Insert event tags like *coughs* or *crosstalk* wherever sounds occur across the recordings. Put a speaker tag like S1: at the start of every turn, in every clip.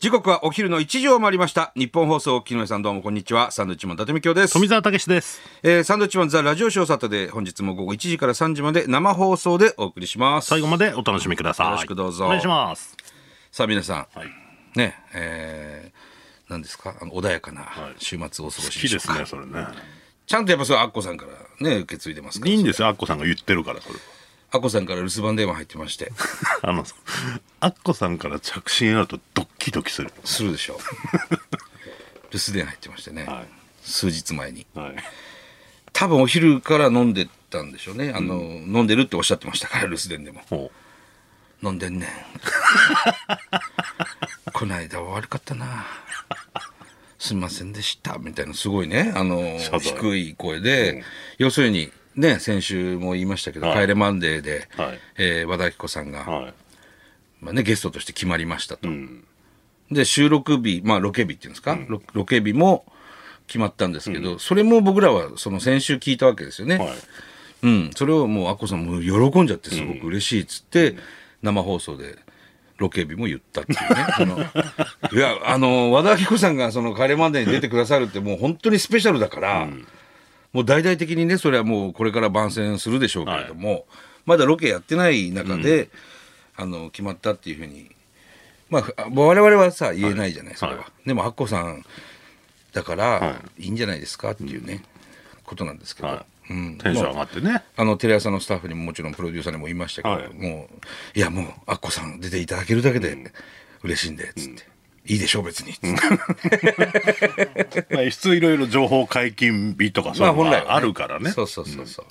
S1: 時刻はお昼の1時を回りました。日本放送、木上さんどうもこんにちは。サンドウィッチマン、伊達美京です。
S2: 富澤たけしです。
S1: えーサンドウィッチマン、ザ・ラジオショーサタで、本日も午後1時から3時まで生放送でお送りします。
S2: 最後までお楽しみください。
S1: よろしくどうぞ
S2: お願いします。
S1: さあ皆さん、
S2: はい。
S1: ね、えー、何ですかあの穏やかない週末をお過ご
S2: 好
S1: しで
S2: き
S1: しょ
S2: で
S1: う
S2: す
S1: か、
S2: ね、それね。
S1: ちゃんとやっぱそれはアッコさんからね、受け継いでますか
S2: い
S1: ら。
S2: いんですよ、アッコさんが言ってるから、それ。
S1: アッコさんから留守番電話入ってまして、
S2: あの、アッコさんから着信あるとドッキドキする。
S1: するでしょう。 *laughs* 留守電入ってましてね、
S2: は
S1: 数日前に。
S2: い。はい。
S1: 多分お昼から飲んでたんでしょうね。あの、飲んでるっておっしゃってましたから、留守電でも。
S2: ほ
S1: 飲んでんねん。 *laughs* こないだ悪かったな。すみませんでした。みたいな、すごいね、あの、
S2: 謝罪
S1: 低い声で、要するに、ね、先週も言いましたけど、
S2: はい
S1: 帰れマンデーで、
S2: はい
S1: えー和田アキ子さんが、
S2: う。はい。
S1: まあね、ゲストとして決まりましたと。
S2: うん。
S1: で、収録日、まあ、ロケ日っていうんですか、ロロケ日も決まったんですけど、それも僕らは、その先週聞いたわけですよね。
S2: はい。
S1: うん、それをもうアッコさんも喜んじゃってすごく嬉しいっつって、生放送でロケ日も言ったっていうねその
S2: *laughs*
S1: いやあの和田アキ子さんが「そのカレーマンデー」に出てくださるってもう本当にスペシャルだから、もう大々的にねそれはもうこれから番宣するでしょうけれども、まだロケやってない中で、あの決まったっていうふうに、まあふあ、我々はさ言えないじゃない、それは。
S2: は
S1: でもアッコさんだから、、
S2: はい
S1: いんじゃないですかっていうね、ことなんですけど。
S2: はい。
S1: うん
S2: テンション上がってね。
S1: あのテレ朝のスタッフにももちろんプロデューサーにも言いましたけど、
S2: はい
S1: もういやもうアッコさん出ていただけるだけで嬉しいんでっつって、いいでしょう別にっつ *laughs* って、
S2: まあ、質いろいろ情報解禁日とかそ
S1: まあ
S2: ういうの
S1: 本来はね、
S2: があるからね。
S1: そうそうそうそう、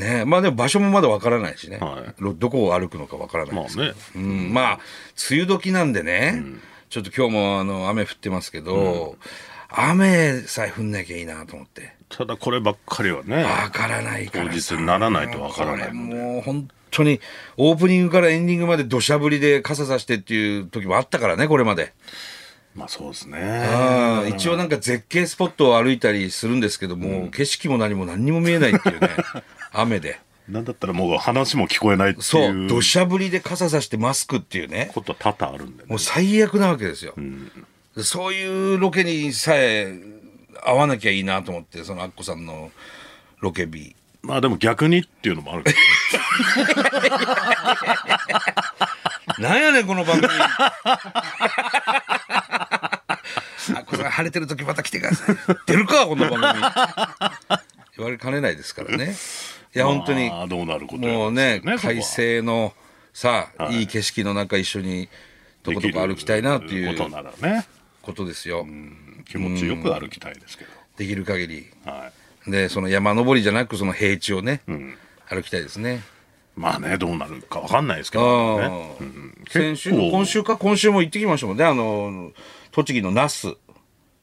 S1: ねえまあでも場所もまだわからないしね、
S2: はい
S1: ろどこを歩くのかわからない
S2: まあ
S1: ですけど、
S2: ね。
S1: うん、まあ梅雨時なんでね、ちょっと今日もあの雨降ってますけど、雨さえ降んなきゃいいなと思って
S2: ただこればっかりはね。
S1: わからないか
S2: 当
S1: らさ
S2: 日にならないとわからないもん
S1: これもう本当にオープニングからエンディングまで土砂降りで傘さしてっていう時もあったからねこれまで、
S2: まあそうですね。
S1: あー一応なんか絶景スポットを歩いたりするんですけども、景色も何も何にも見えないって
S2: *laughs*
S1: いうね雨で
S2: なんだったらもう話も聞こえないって
S1: そ
S2: いうう
S1: 土砂降りで傘さしてマスクっていうね
S2: ことは多々あるんだよ
S1: も
S2: ね
S1: う。最悪なわけですよ、そういうロケにさえ会わなきゃいいなと思ってそのアッコさんのロケ日
S2: まあでも逆にっていうのもあるけどね。
S1: なんやねんこの番組 *laughs* あこれ晴れてる時また来てください出るかこの番組言われかねないですからねいや本当に
S2: まあどうなることや
S1: もうね
S2: ですよそこは
S1: 快晴のさあ、い、い景色の中一緒にどこどこ歩きたいなってい
S2: できるこ
S1: う
S2: とならね。
S1: ことですよ
S2: うん気持ちよく歩きたいですけど。
S1: できる限り
S2: はい。
S1: でその山登りじゃなくその平地をね、歩きたいですね
S2: まあね、どうなるかわかんないですけどね
S1: あ。
S2: う
S1: あ
S2: ん
S1: 先週
S2: 結構
S1: 今週か今週も行ってきましたもんねあの栃木の那須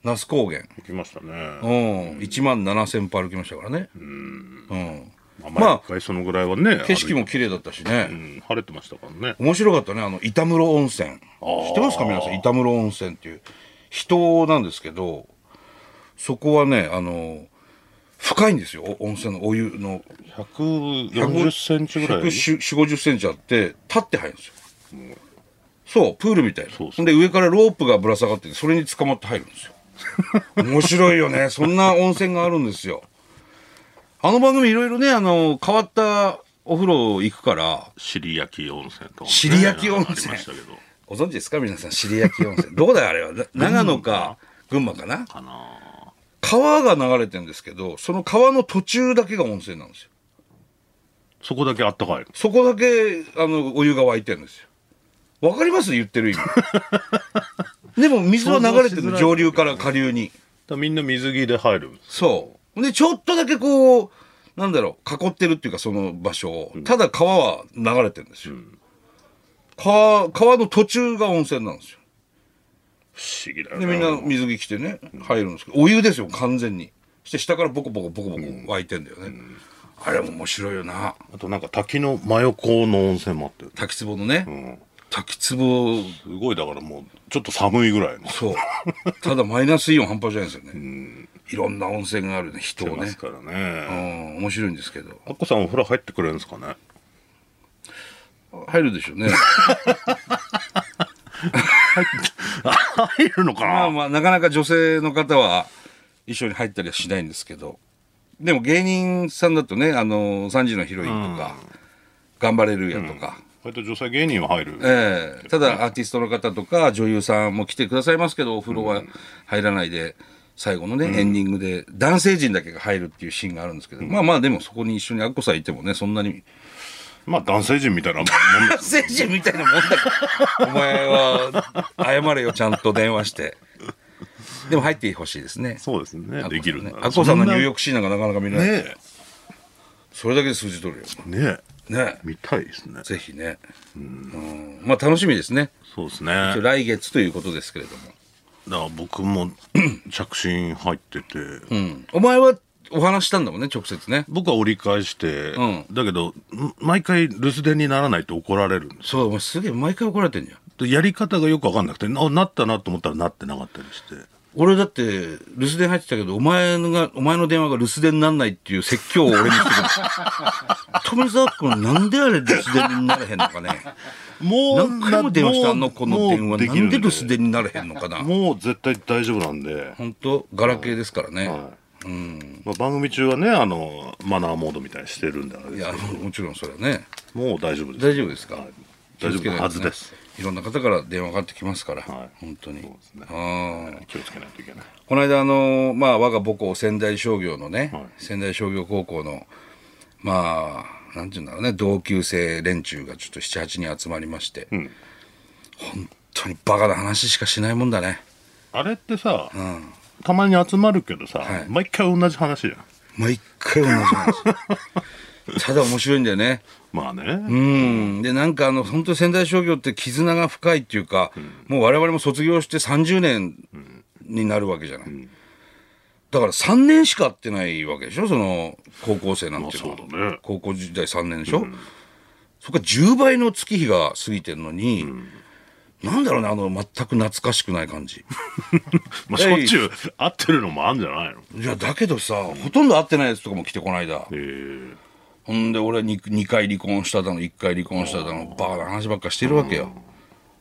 S1: 那須高原
S2: 行きましたね。
S1: うん、1万7000歩歩きましたからねうん、
S2: まあ
S1: まあ
S2: 毎回そのぐらいはね。
S1: 景色
S2: も。
S1: も綺麗だったしね、
S2: 晴れてましたからね。
S1: 面白かったねあの板室温泉知ってますか皆さん板室温泉っていう人なんですけどそこはねあの深いんですよお温泉のお湯の
S2: 140センチぐらい。
S1: 1 4 5 0センチあって立って入るんですよそうプールみたいな
S2: そうそう
S1: ほんで上からロープがぶら下がっててそれに捕まって入るん *laughs* ですよ面白いよねそんな温泉があるんですよあの番組いろいろねあの変わったお風呂行くから
S2: 尻焼き温泉とかね。
S1: 尻焼き温泉
S2: ありましたけど。
S1: ご存知ですか皆さん知り焼き温 *laughs* 泉どこだよあれはな長野か群馬かな
S2: かな
S1: 川が流れてるんですけどその川の途中だけが温泉なんですよ
S2: そこだけあったかい。
S1: そこだけ、あの、お湯が沸いてるんですよ。わかります言ってる意味。
S2: *laughs*
S1: でも水は流れてるの
S2: 想像しづらい
S1: 上流から下流に。
S2: だからみんな水着で入るんです。
S1: そう。で、ちょっとだけこう、なんだろう、囲ってるっていうかその場所を。ただ川は流れてるんですよ。川、川の途中が温泉なんですよ。
S2: 不思議だよ
S1: で、
S2: ね。
S1: みんな水着着てね、入るんですけど、お湯ですよ、完全に。して下からボコボコボコボコ沸いてんだよね。あれも面白いよな。
S2: あとなんか滝の真横の温泉もあって。
S1: 滝壺のね、
S2: うん。
S1: 滝壺
S2: すごいだからもうちょっと寒いぐらいの。
S1: そう。ただマイナスイオン半端じゃないですよね。いろんな温泉があるね、人を
S2: ま
S1: ね
S2: す。から
S1: う
S2: ね。
S1: ん、面白いんですけど。
S2: アッコさんお風呂入ってくれるんですかね。
S1: 入るでしょうね。
S2: *laughs* 入るのかな、
S1: まあまあ、なかなか女性の方は一緒に入ったりはしないんですけど、でも芸人さんだとね、あの、3時のヒロインとか、頑張れるやとか、
S2: 割と女性芸人は入る、
S1: ええただアーティストの方とか女優さんも来てくださいますけど、お風呂は入らないで、最後のね、エンディングで男性陣だけが入るっていうシーンがあるんですけど、まあまあでもそこに一緒にアッコさんいてもね、そんなに。
S2: まあ男性陣みたいなもんで
S1: 男性陣みたいなもんだから。お前は謝れよ、ちゃんと電話して。でも入ってほしいですね。
S2: そうですねできる
S1: ね。アッコさんのニューヨ
S2: ー
S1: ークシーンなんかなかなか見れない。
S2: ね
S1: それだけで数字取るよ。
S2: えねえ
S1: ね。
S2: 見たいですね
S1: ぜひね。うんまあ楽しみですね。
S2: そうですねだか
S1: 来月ということですけれども。
S2: ら僕
S1: *clears throat*
S2: も着信入ってて、
S1: うんお前はお話したんだもんね、直接ね。
S2: 僕は折り返して、
S1: うん
S2: だけどん毎回留守電にならないと怒られるんです
S1: そう、お前すげえ毎回怒られてんじゃん。
S2: でやり方がよく分かんなくてななったなと思ったらなってなかったりして
S1: 俺だって、留守電入ってたけど、お前のが、お前の電話が留守電になんないっていう説教を俺にしてくる。富澤君、なんであれ留守電になれへんのかね。
S2: も
S1: 何回も電話したあの子の電
S2: も
S1: 話、
S2: うで
S1: な
S2: きる
S1: んで留守電になれへんのかな。
S2: もう絶対大丈夫なんで、
S1: 本当ガラケーですからね。
S2: はいまあ、番組中はねあのマナーモードみたいにしてるんであれ
S1: い、
S2: です
S1: や、もうもちろんそれはね。
S2: けどもう大丈夫です
S1: 大丈夫ですか、
S2: はい
S1: 気をつけないとね
S2: 大丈夫なはずです。
S1: いろんな方から電話がかかってきますから、
S2: はい
S1: 本当に。
S2: そうですね
S1: あー
S2: 気をつけないといけない
S1: この間、あのまあ、我が母校仙台商業のね、
S2: はい
S1: 仙台商業高校の、まあ、なんていうんだろうね、同級生連中がちょっと7、8人集まりまして、
S2: ん
S1: 本当にバカな話しかしないもんだね。
S2: あれってさ、
S1: ん
S2: たまに集まるけどさ、
S1: はい
S2: 毎回同じ話じゃん
S1: 毎回同じ話。
S2: *laughs*
S1: ただ面白いんだよね。
S2: まあね、
S1: うん。で、なんかあの、本当に仙台商業って絆が深いっていうか、もう我々も卒業して30年になるわけじゃない。だから3年しか会ってないわけでしょその、高校生なんていうのは。
S2: まあそうだね
S1: 高校時代3年でしょ、そこから10倍の月日が過ぎてるのに、なんだろうね、あの、全く懐かしくない感じ。
S2: まあ、しょっちゅう合ってるのもあんじゃないの
S1: いや、だけどさ、ほとんど会ってないやつとかも来てこないだ。
S2: えー
S1: ほんで俺 2, 2回離婚しただの1回離婚しただのバカな話ばっかしてるわけよ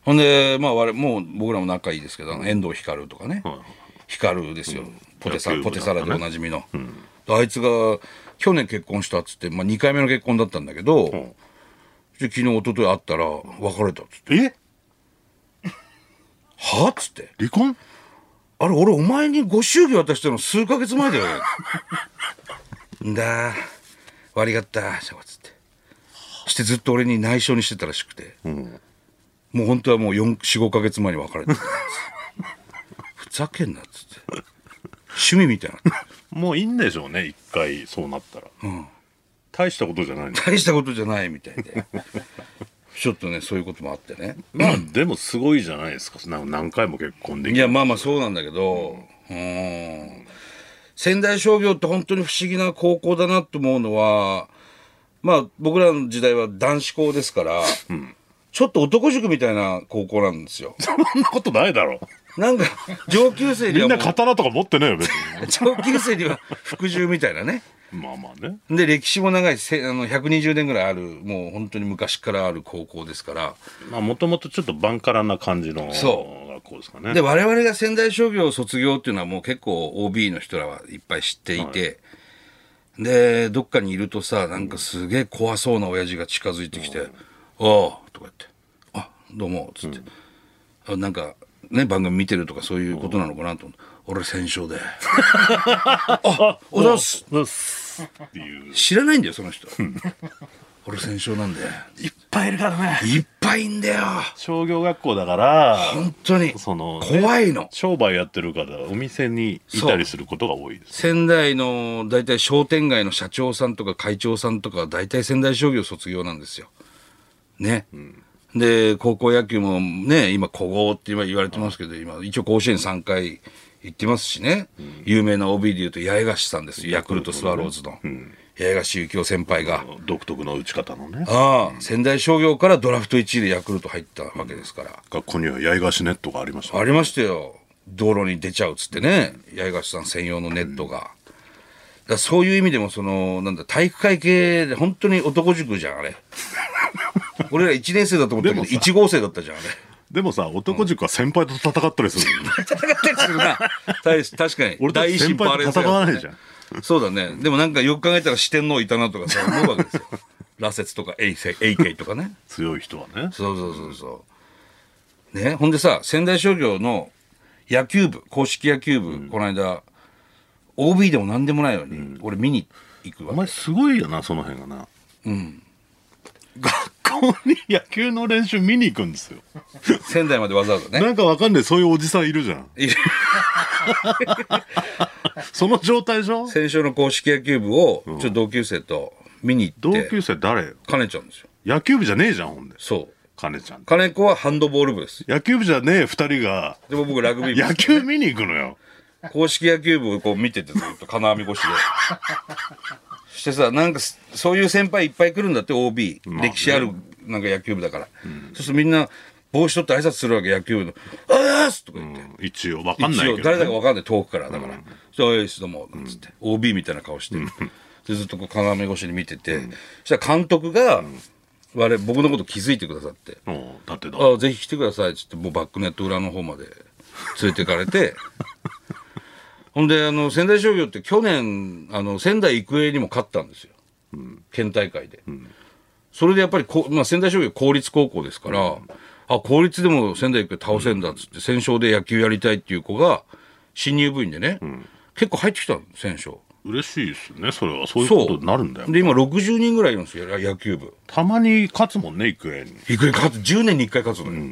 S1: ほんでまあ我々もう僕らも仲いいですけどあの遠藤光とかね
S2: はい
S1: 光ですよポテサ
S2: 野球部
S1: ポテサラで
S2: だ
S1: お
S2: った
S1: なじみのであいつが去年結婚したっつって、まあ、2回目の結婚だったんだけど
S2: ん
S1: で昨日一昨日会ったら別れたっつって
S2: え
S1: 「はっ?」つって
S2: 離婚
S1: あれ、俺、お前にご祝儀渡したの数ヶ月前だよ。んだ、悪かった、シャワつって。してずっと俺に内緒にしてたらしくて。もう本当はもう4、4、5ヶ月前に別れてた。ふざけんな、つって。趣味みたいな。
S2: もういいんでしょうね一回そうなったら、大したことじ
S1: *coughs*
S2: ゃないの
S1: 大したことじゃないみたいで。ちょっとね、そういうこともあってね。
S2: まあでもすごいじゃないですかな何回も結婚でき
S1: い
S2: る
S1: や、まあまあそうなんだけど、うん。仙台商業って本当に不思議な高校だなと思うのは、まあ僕らの時代は男子校ですから、ちょっと男塾みたいな高校なんですよ。
S2: *laughs* そんなことないだろ
S1: なんか上級生に
S2: み
S1: は
S2: ん
S1: もう
S2: な刀とか持ってねえよ別に
S1: 上級生には服従みたいなね。
S2: まあまあね
S1: で歴史も長いせあの120年ぐらいあるもう本当に昔からある高校ですから。
S2: まあもともとちょっとバンカラな感じの
S1: そ
S2: 学校ですかね
S1: で我々が仙台商業を卒業っていうのはもう結構 OB の人らはいっぱい知っていて、でどっかにいるとさなんかすげえ怖そうな親父が近づいてきて「おあ」とか言って「あどうも」っつって、あなんかね番組見てるとかそういうことなのかなと思って「俺戦勝で」あおざっす
S2: そうっすっていう
S1: 知らないんだよその人俺戦勝なんで
S2: いっぱいいるからね
S1: いっぱいいんだよ
S2: 商業学校だから
S1: 本当に
S2: その
S1: 怖いの
S2: 商売やってる方お店にいたりすることが多いです
S1: 仙台の大体商店街の社長さんとか会長さんとかは大体仙台商業卒業なんですよ。ね。で高校野球もね今古豪って今言われてますけど、今一応甲子園3回行ってますしね、有名な OB でいうと八重樫さんですよヤクルトスワローズの、八重樫幸雄先輩が。
S2: 独特の打ち方のね
S1: ああ仙台商業からドラフト1位でヤクルト入ったわけですから。
S2: 学校には八重樫ネットがありました
S1: ありましたよ道路に出ちゃうっつってね八重樫さん専用のネットが、だからそういう意味でもそのなんだ体育会系で本当に男塾じゃんあれ *laughs* 俺ら1年生だと思ったけど
S2: でもさ *laughs*
S1: 1号生だったじゃんあれ
S2: でもさ男塾は先輩と戦ったりする、
S1: 戦ったりするな。大し確かに。
S2: 俺たち先輩と戦わないじゃん
S1: ん。そうだね。でもなんかよく考えたら四天王いたなとかさ、思うわけですよ。 *laughs* 羅刹とか永世、永慶とかね。
S2: 強い人はね
S1: そうそうそうそう。ね、ほんでさ、仙台商業の野球部、公式野球部、この間、OB でも何でもないのに、俺見に行く
S2: お
S1: わ
S2: 前
S1: け。
S2: すごいよなその辺がなうん学校に野球の練習見に行くんですよ
S1: 仙台までわざわざね。
S2: なんかわかんないそういうおじさんいるじゃん
S1: いる
S2: その状態でしょ
S1: 先週の公式野球部を、ちょっと同級生と見に行
S2: 同
S1: って、
S2: 級生誰よ
S1: 兼ねちゃうんですよ。
S2: 野球部じゃねえじゃんほんで
S1: そう。
S2: 金ちゃん
S1: 金子はハンドボール部です。
S2: 野球部じゃねえ二人が
S1: でも僕ラグビー部です
S2: 野球見に行くのよ
S1: 公式野球部をこう見ててずっと金網越
S2: *laughs*
S1: しで。してさ、なんかすそういう先輩いっぱい来るんだって OB。
S2: まあね
S1: 歴史あるなんか野球部だから。そうするとみんな帽子取って挨拶するわけ野球部の。あーっすとか言って。
S2: 一応わかんない
S1: 一
S2: けど、
S1: 応
S2: ね、
S1: 誰だかわかんない遠くからだから。そしておい、どうも、なんつって。OB みたいな顔して。でずっとこう金網越しに見てて。そしたら監督が、我々僕のこと気づいてくださって。
S2: うんだってだ
S1: あぜひ来てくださいっつってもうバックネット裏の方まで連れてかれて *laughs* ほんであの仙台商業って去年あの仙台育英にも勝ったんですよ、県大会で、それでやっぱりこ、まあ、仙台商業公立高校ですから、あ公立でも仙台育英倒せんだっつって戦勝で野球やりたいっていう子が新入部員でね、結構入ってきたの戦勝
S2: 嬉しいですねそれはそういうことになるんだよ
S1: で今60人ぐらいいるんですよ野球部
S2: たまに勝つもんね育英に
S1: 育英勝つ10年に1回勝つのよ、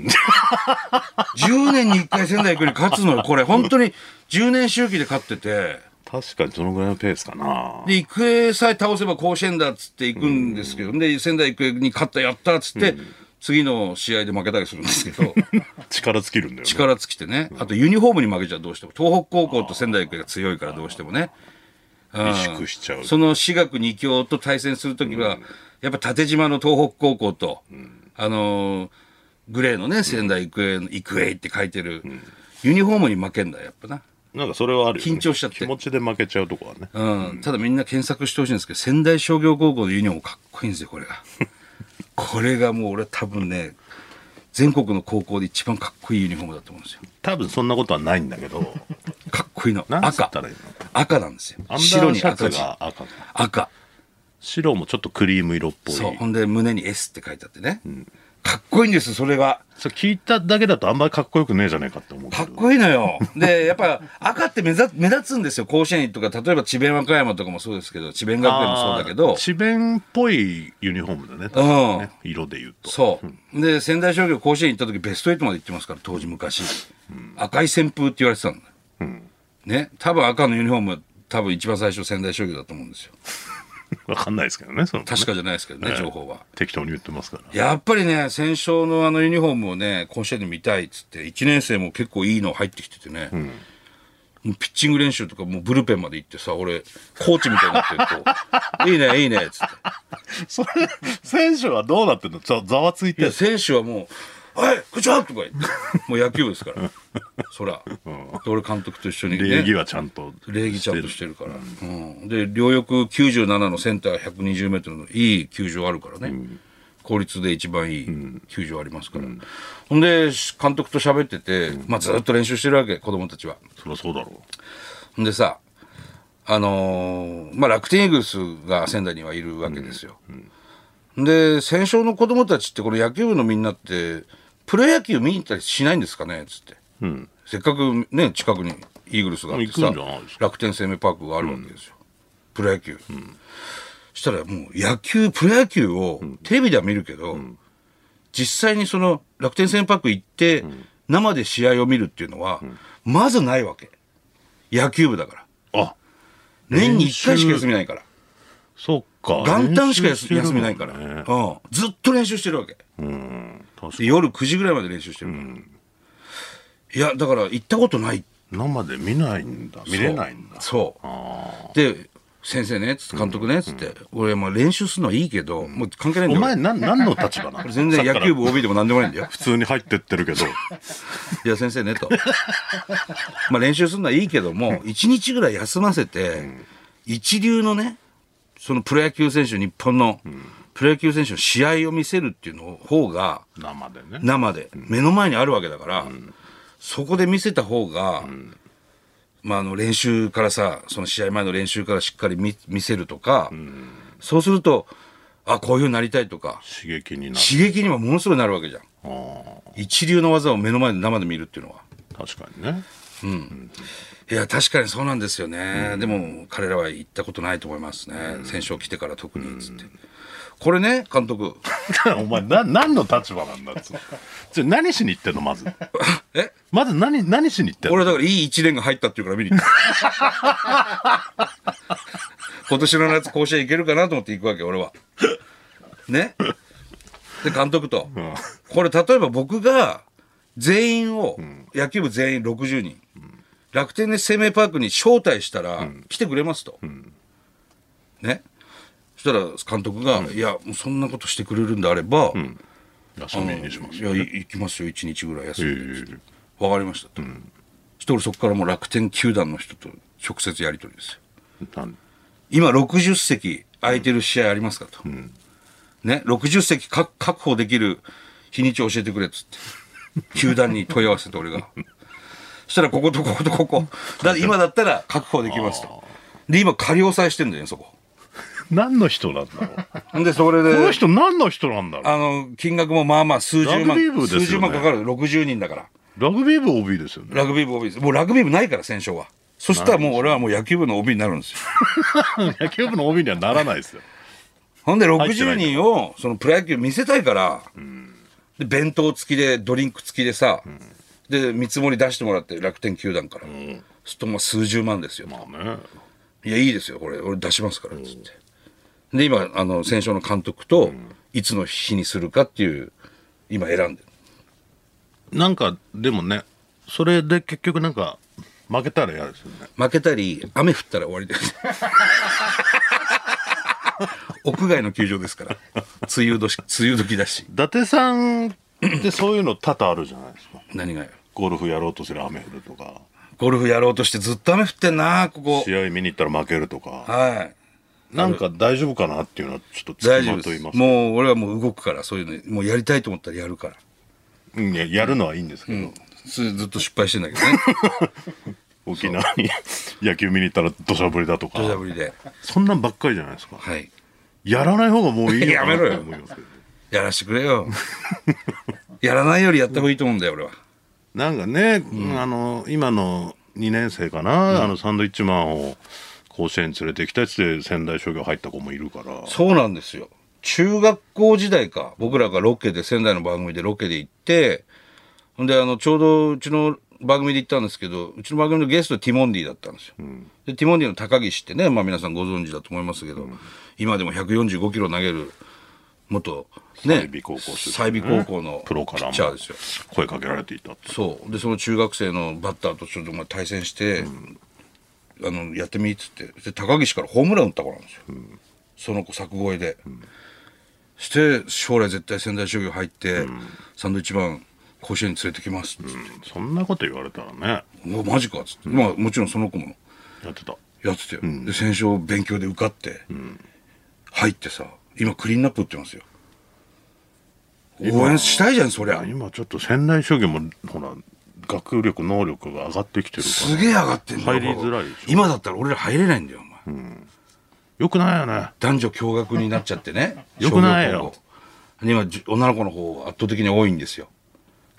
S1: 10年に1回仙台育英に勝つのよこれ本当に10年周期で勝ってて
S2: 確かにそのぐらいのペースかな
S1: で育英さえ倒せば甲子園だっつって行くんですけど、で仙台育英に勝ったやったっつって、次の試合で負けたりするんですけど
S2: 力尽きるんだよね
S1: 力尽きてねあとユニフォームに負けちゃどうしても東北高校と仙台育英が強いからどうしてもね
S2: 萎縮しちゃう
S1: その私学二強と対戦するときは、やっぱ縦島の東北高校と、あのーグレーのね、仙台育英の育英って書いてる、ユニフォームに負けんだよ、やっぱな。
S2: なんかそれはあるよね、
S1: 緊張しちゃって
S2: 気持ちで負けちゃうとこはね
S1: うん。ただみんな検索してほしいんですけど、仙台商業高校のユニフォームかっこいいんですよ、これ
S2: *laughs*
S1: が。これがもう俺は多分ね、全国の高校で一番かっこいいユニフォームだと思うんですよ。
S2: 多分そんなことはないんだけど
S1: かっこいいの。
S2: なんつ
S1: *laughs* 赤
S2: ったらいいの。
S1: 赤なんですよ
S2: アンダ。ーシ
S1: 白に
S2: ャツ
S1: 赤字。
S2: が赤か
S1: 赤。
S2: 白もちょっとクリーム色っぽい
S1: そう。ほんで胸に S って書いてあってね。かっこいいんですよ、それが。
S2: それ聞いただけだとあんまりかっこよくねえじゃねえかって思うけ
S1: か
S2: ど
S1: っこいいのよ。で、やっぱ赤って目立目立つんですよ。甲子園とか、例えば智弁和歌山とかもそうですけど、智弁学園もそうだけ
S2: あ
S1: ど
S2: ー、智弁っぽいユニフォームだね確かにね色で言うと
S1: そう。で、仙台商業甲子園行った時ベスト8まで行ってますから、当時昔。赤い旋風って言われてたんだよ。ね。多分赤のユニフォーム、多分一番最初仙台商業だと思うんですよ。
S2: わかんないですけどねその
S1: 確かじゃないですけどね、情報は。
S2: 適当に言ってます
S1: *laughs*
S2: から
S1: やっぱりね、戦勝のあのユニフォームをね、甲子園で見たいっつって、1年生も結構いいの入ってきててね、もうピッチング練習とか、もうブルペンまで行ってさ、俺、コーチみたいになってると、い *laughs* いね、いいねっつって。
S2: それ選手はどうなってんのざざわつい
S1: い
S2: て
S1: や、選手はもう、はい、こんにちはとか言って、もう野球部ですから、そら、で俺、監督と一緒に、ね、
S2: 礼儀はちゃんと
S1: 礼儀ちゃんとしてるから、うんで両翼97のセンター120メートルのいい球場あるからね、公立で一番いい球場ありますから、ほんで監督と喋ってて、まあ、ずっと練習してるわけ子供たちは
S2: そりゃそうだろ
S1: ほんでさあのーまあ、楽天イーグルスが仙台にはいるわけですよ、で戦勝の子供たちってこの野球部のみんなってプロ野球見に行ったりしないんですかねっつって、
S2: ううん
S1: せっかくね近くにイーグルスがあって
S2: 行く
S1: さ
S2: んじゃないです
S1: 楽天生命パークがあるわけですよ、プロ野球、したらもう野球プロ野球をテレビでは見るけど、実際にその楽天生命パーク行って生で試合を見るっていうのは、まずないわけ野球部だから
S2: あ
S1: 年に1回しか休みないから
S2: そっか
S1: 元旦しか休休みないから、
S2: 練習してるも
S1: う
S2: んね
S1: ん、ずっと練習してるわけ
S2: うん確か
S1: で
S2: に
S1: 夜9時ぐらいまで練習してるから、いやだから行ったことない
S2: 生で見ないんだ見れないんだ
S1: そう
S2: あ
S1: で先生ねつって監督ねつって、俺まあ練習するのはいいけど、もう関係ないん
S2: ーお
S1: だよ
S2: 前なん何の立場なの
S1: 俺 *laughs* 全然野球部 OB でも何でもないんだよ
S2: 普通に入ってってるけど
S1: いや先生ねと *laughs* まあ練習するのはいいけども1日ぐらい休ませて、一流のねそのプロ野球選手日本のプロ野球選手の試合を見せるっていうの方が
S2: 生でね。
S1: 生で目の前にあるわけだから、そこで見せた方が、まあ、あの練習からさその試合前の練習からしっかり見見せるとか、そうするとあこういうふうになりたいとか
S2: 刺激になる。
S1: 刺激にもものすごいなるわけじゃん
S2: ああ
S1: 一流の技を目の前で生で見るっていうのは。
S2: 確かにね。
S1: いや確かにそうなんですよね、でも彼らは行ったことないと思いますね、戦勝来てから特につって、これね監督
S2: *laughs* お前、な、何の立場なんだっつ *laughs* うちょ何しに行ってんのまず。
S1: え
S2: まず何、何しに行ってんの
S1: 俺だからいい一年が入ったっていうから見に行った *laughs* 今年の夏甲子園行けるかなと思って行くわけ俺はねで監督と、これ例えば僕が全員を、野球部全員60人、楽天で生命パークに招待したら、来てくれますと、ねそしたら監督が、いやもうそんなことしてくれるんであれば、
S2: 休みにします。
S1: いやい行きますよ1日ぐらい休んで、
S2: ええ
S1: わかりましたと。そして俺そこからもう楽天球団の人と直接やり取りですよ。
S2: なん
S1: 今60席空いてる試合ありますかと。ね、60席か確保できる日にちを教えてくれっつ
S2: *laughs*
S1: って。球団に問い合わせて俺が。そしたらこことこことここ。だって今だったら確保できますと。で、今仮押さえしてんだよね、そこ。
S2: 何の人なんだろう。
S1: んで、それで
S2: *laughs* こ、の人何の人なんだろう。
S1: あの、金額もまあまあ数十
S2: ラ
S1: 万、
S2: グビー部ですよ
S1: 数
S2: ね
S1: 十万かかる。60人だから。
S2: ラグビー部 OB ですよね。 *laughs*
S1: ラグビー部 OB です。もうラグビー部ないから、戦勝は。そしたらもう俺はもう野球部の OB になるんですよ。
S2: 野球部の OB にはならないですよ。
S1: ほんで
S2: ってな
S1: 60
S2: い
S1: 人をそのプロ野球見せたいから、で弁当付きでドリンク付きでさ、で見積もり出してもらって楽天球団から、すっとまあ数十万ですよ、
S2: *laughs* まあね。
S1: いやいいですよこれ俺出しますからっつって、で今あの戦勝の監督といつの日にするかっていう今選んでる
S2: なんか、でもね、それで結局なんか、負けたら嫌ですよね。
S1: 負けたり雨降ったら終わりです *laughs* 屋外の球場ですから梅雨時梅雨時だし
S2: 伊達さんってそういうの多々あるじゃないですか。
S1: 何がよ
S2: ゴルフやろうとする雨降るとか、
S1: ゴルフやろうとしてずっと雨降ってんなここ
S2: 試合見に行ったら負けるとか、
S1: はい
S2: なんか大丈夫かなっていうのはちょっとつ
S1: 大
S2: き
S1: 丈
S2: ま
S1: 夫で
S2: と言い
S1: す
S2: ますか
S1: もう俺はもう動くからそういうのもうやりたいと思ったらやるから
S2: うんいややるのはいいんですけど、
S1: それずっと失敗してんだけど
S2: *laughs*
S1: ね
S2: 沖縄に *laughs* 野球見に行ったら土砂降りだとか
S1: 土砂降りで
S2: そんなんばっかりじゃないですか
S1: はい
S2: やらない方がもういいのか
S1: *laughs*
S2: な
S1: やめろよ
S2: と思いますけど
S1: やらしてくれよ *laughs* やらないよりやった方がいいと思うんだよ俺は
S2: なんかね、あの今の2年生かな、あのサンドイッチマンを甲子園に連れてきたやつで仙台商業入った子もいるから
S1: そうなんですよ中学校時代か僕らがロケで仙台の番組でロケで行ってほんであのちょうどうちの番組で行ったんですけどうちの番組のゲストティモンディだったんですよ、でティモンディの高岸ってね、まあ、皆さんご存知だと思いますけど、今でも145キロ投げる元ね
S2: 済美高校出身
S1: 済美高校の
S2: プロか
S1: ピ
S2: ら
S1: ッ
S2: も
S1: チャーですよ
S2: 声かけられていたって
S1: そうでその中学生のバッターとちょっとまあ対戦して、あのやってみっつってで高岸からホームラン打った子なんですよ、その子作越えで、して将来絶対仙台商業入って、サンドイッチマン甲子園に連れてきますっつっ
S2: そんなこと言われたらね
S1: て、うわマジかっつって、まあもちろんその子も
S2: やってた
S1: やってたよ、で戦勝勉強で受かって、入ってさ今クリーンナップ打ってますよ応援したいじゃんそりゃ
S2: 今ちょっと仙台商業もほら学力能力が上がってきてるから
S1: すげえ上がってんだよ
S2: 入りづらいでしょ
S1: 今だったら俺ら入れないんだよお前、
S2: よくないよね
S1: 男女共学になっちゃってね
S2: *laughs* よくないよ
S1: 商業高校今じ女の子の方が圧倒的に多いんですよ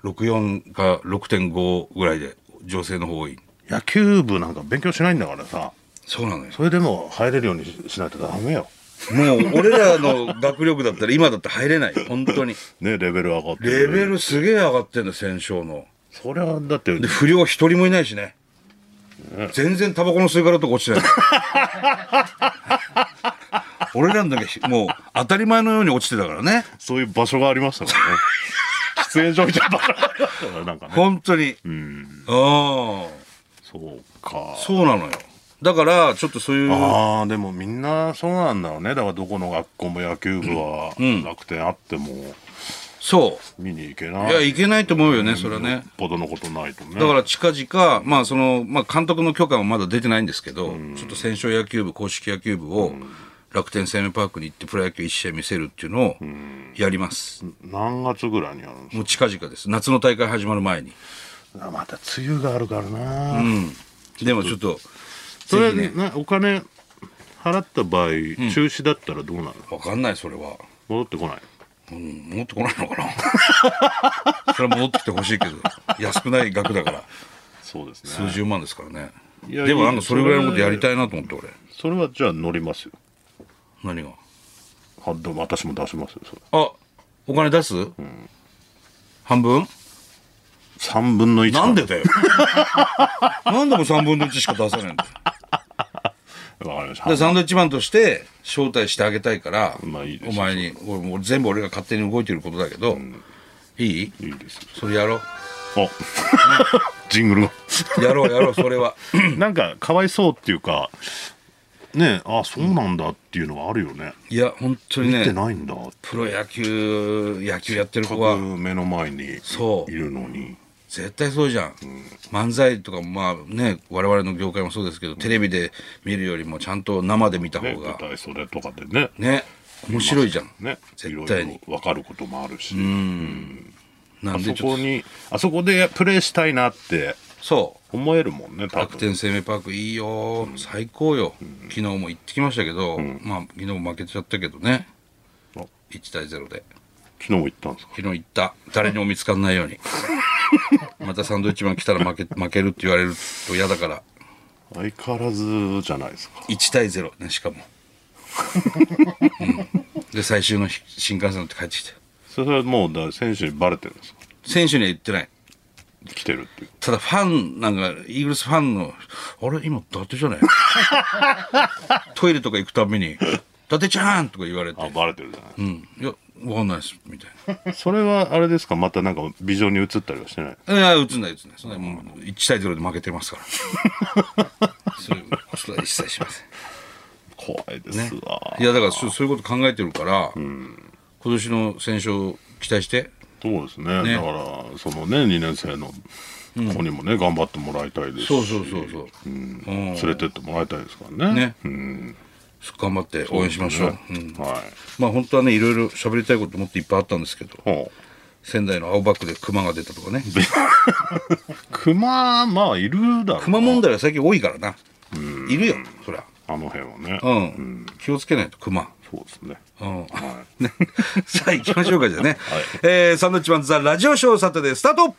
S1: 64か6.5ぐらいで女性の方多い
S2: 野球部なんか勉強しないんだからさ
S1: そうなのよ
S2: それでも入れるようにししないとダメよ
S1: もう俺らの学力だったら今だって入れない本当
S2: *laughs*
S1: に
S2: ねレベル上がって
S1: レベ
S2: ル
S1: ルすげえ上がってんだ戦勝の
S2: それはだって
S1: で不良一人もいないしね全然タバコの吸い殻とか落ちてない *laughs* 俺らの時もう当たり前のように落ちてたからね
S2: そういう場所がありました *laughs* からね喫煙所みたいな場所がありましたからなんかね
S1: 本当に
S2: うん
S1: ああ
S2: そうか
S1: そうなのよ。だから、ちょっとそういう、
S2: ああでもみんなそうなんだろうねだからどこの学校も野球部は楽天あっても
S1: そ
S2: 見に行け
S1: う。
S2: ない
S1: いや、いけないと思うよね、それは
S2: よっ
S1: ね。
S2: ぽどのことないとね
S1: だから近々、まあその、まあ監督の許可はまだ出てないんですけど、ちょっと戦勝野球部、公式野球部を楽天生命パークに行ってプロ野球一試合見せるっていうのをやります。
S2: 何月ぐらいにやるんです
S1: もう近々です。夏の大会始まる前に。
S2: かあまた梅雨があるからな、
S1: でもちょっと、
S2: それ
S1: ぜひね、
S2: なお金払った場合、中止だったらどうなるの
S1: わかんない、それは。
S2: 戻ってこない
S1: うん、戻ってこないのかな *laughs* それは戻ってきてほしいけど、安くない額だから、
S2: そうですね
S1: 数十万ですからね。
S2: いや
S1: でもなん
S2: いい
S1: か
S2: です
S1: それぐらいのことやりたいなと思って、俺。
S2: それはじゃあ乗りますよ
S1: 何が。
S2: はでも私も出しますよそれ
S1: あ、お金出す、半分
S2: 3分の1
S1: なんでだ
S2: *laughs*
S1: よ。なんでも3分の1しか出さないんだよ。
S2: わかりまし
S1: で
S2: た
S1: サンドウィッチマンとして招待してあげたいから、
S2: まあいいです
S1: お前に俺もう全部俺が勝手に動いてることだけど、いい
S2: いいですよ
S1: それやろ
S2: あ *laughs* ジングル
S1: *laughs*
S2: が
S1: うやろうやろうそれは
S2: なんかかわいそうっていうかねえあそうなんだっていうのはあるよね、
S1: いや本当に
S2: 見て
S1: ね
S2: ないんだって
S1: プロ野球野球やってる子は
S2: 目の前にい
S1: そう
S2: るのに
S1: 絶対そうじゃん、漫才とかもまあね我々の業界もそうですけど、テレビで見るよりもちゃんと生で見た
S2: ね
S1: 方
S2: 舞
S1: が
S2: 台袖とかでね
S1: ね面白いじゃん、
S2: ね
S1: 絶対に
S2: いろいろ分かることもあるし、
S1: な
S2: あ
S1: んで
S2: そ
S1: ちょっ
S2: ことにあそこでプレーしたいなって
S1: そう
S2: 思えるもんね多
S1: 楽
S2: 分
S1: 天生命パークいいよ、最高よ、昨日も行ってきましたけど、まあ昨日も負けちゃったけどね
S2: あ
S1: 1対0で
S2: 昨日も行ったんですか
S1: 昨日行った誰にも見つかんないよう *laughs* にまたサンドウィッチマン来たら負け負けるって言われると嫌だから
S2: 相変わらずじゃないですか
S1: 1対0ねしかも、うんで最終のひ新幹線乗って帰ってきて
S2: それはもうだ選手にバレてるんですか
S1: 選手には言ってない
S2: 来てるっていう
S1: ただファンなんかイーグルスファンの「あれ今伊達じゃない? 」 *laughs* トイレとか行くたびに「伊達ちゃん!」とか言われて
S2: あバレてるじゃない、
S1: うん、いや、わかんないです、みたい
S2: それはあれですかまたなんかビジョンに映ったりはしてない
S1: な。いや、映んない、映んない。それはもう、1対0で負けてます *laughs* から。それ、それは一切しません。
S2: 怖いですわ、
S1: いや、だからそ、そういうこと考えてるから、今年の戦勝期待して、
S2: そうですね
S1: ね
S2: だからそのね2年生の子にもね、頑張ってもらいたいですし
S1: そうそうそうそう。うん
S2: 連れてってもらいたいですからね
S1: ね
S2: うん
S1: 頑張って応援しましょう。
S2: ね
S1: うん
S2: は
S1: まあ、本当はね、いろいろ喋りたいこともっといっぱいあったんですけど、
S2: いほう
S1: 仙台の青バックで熊が出たとかね。
S2: 熊まあいるだろう
S1: 熊問題は最近多いからな。いるよ、そりゃ。
S2: あの辺はね、
S1: うん。気をつけないと熊。
S2: そうですね
S1: うん *laughs* ね、さあ行きましょうかじゃあね、
S2: はい
S1: えーサンドウィッチマンザラジオショーサタデースタート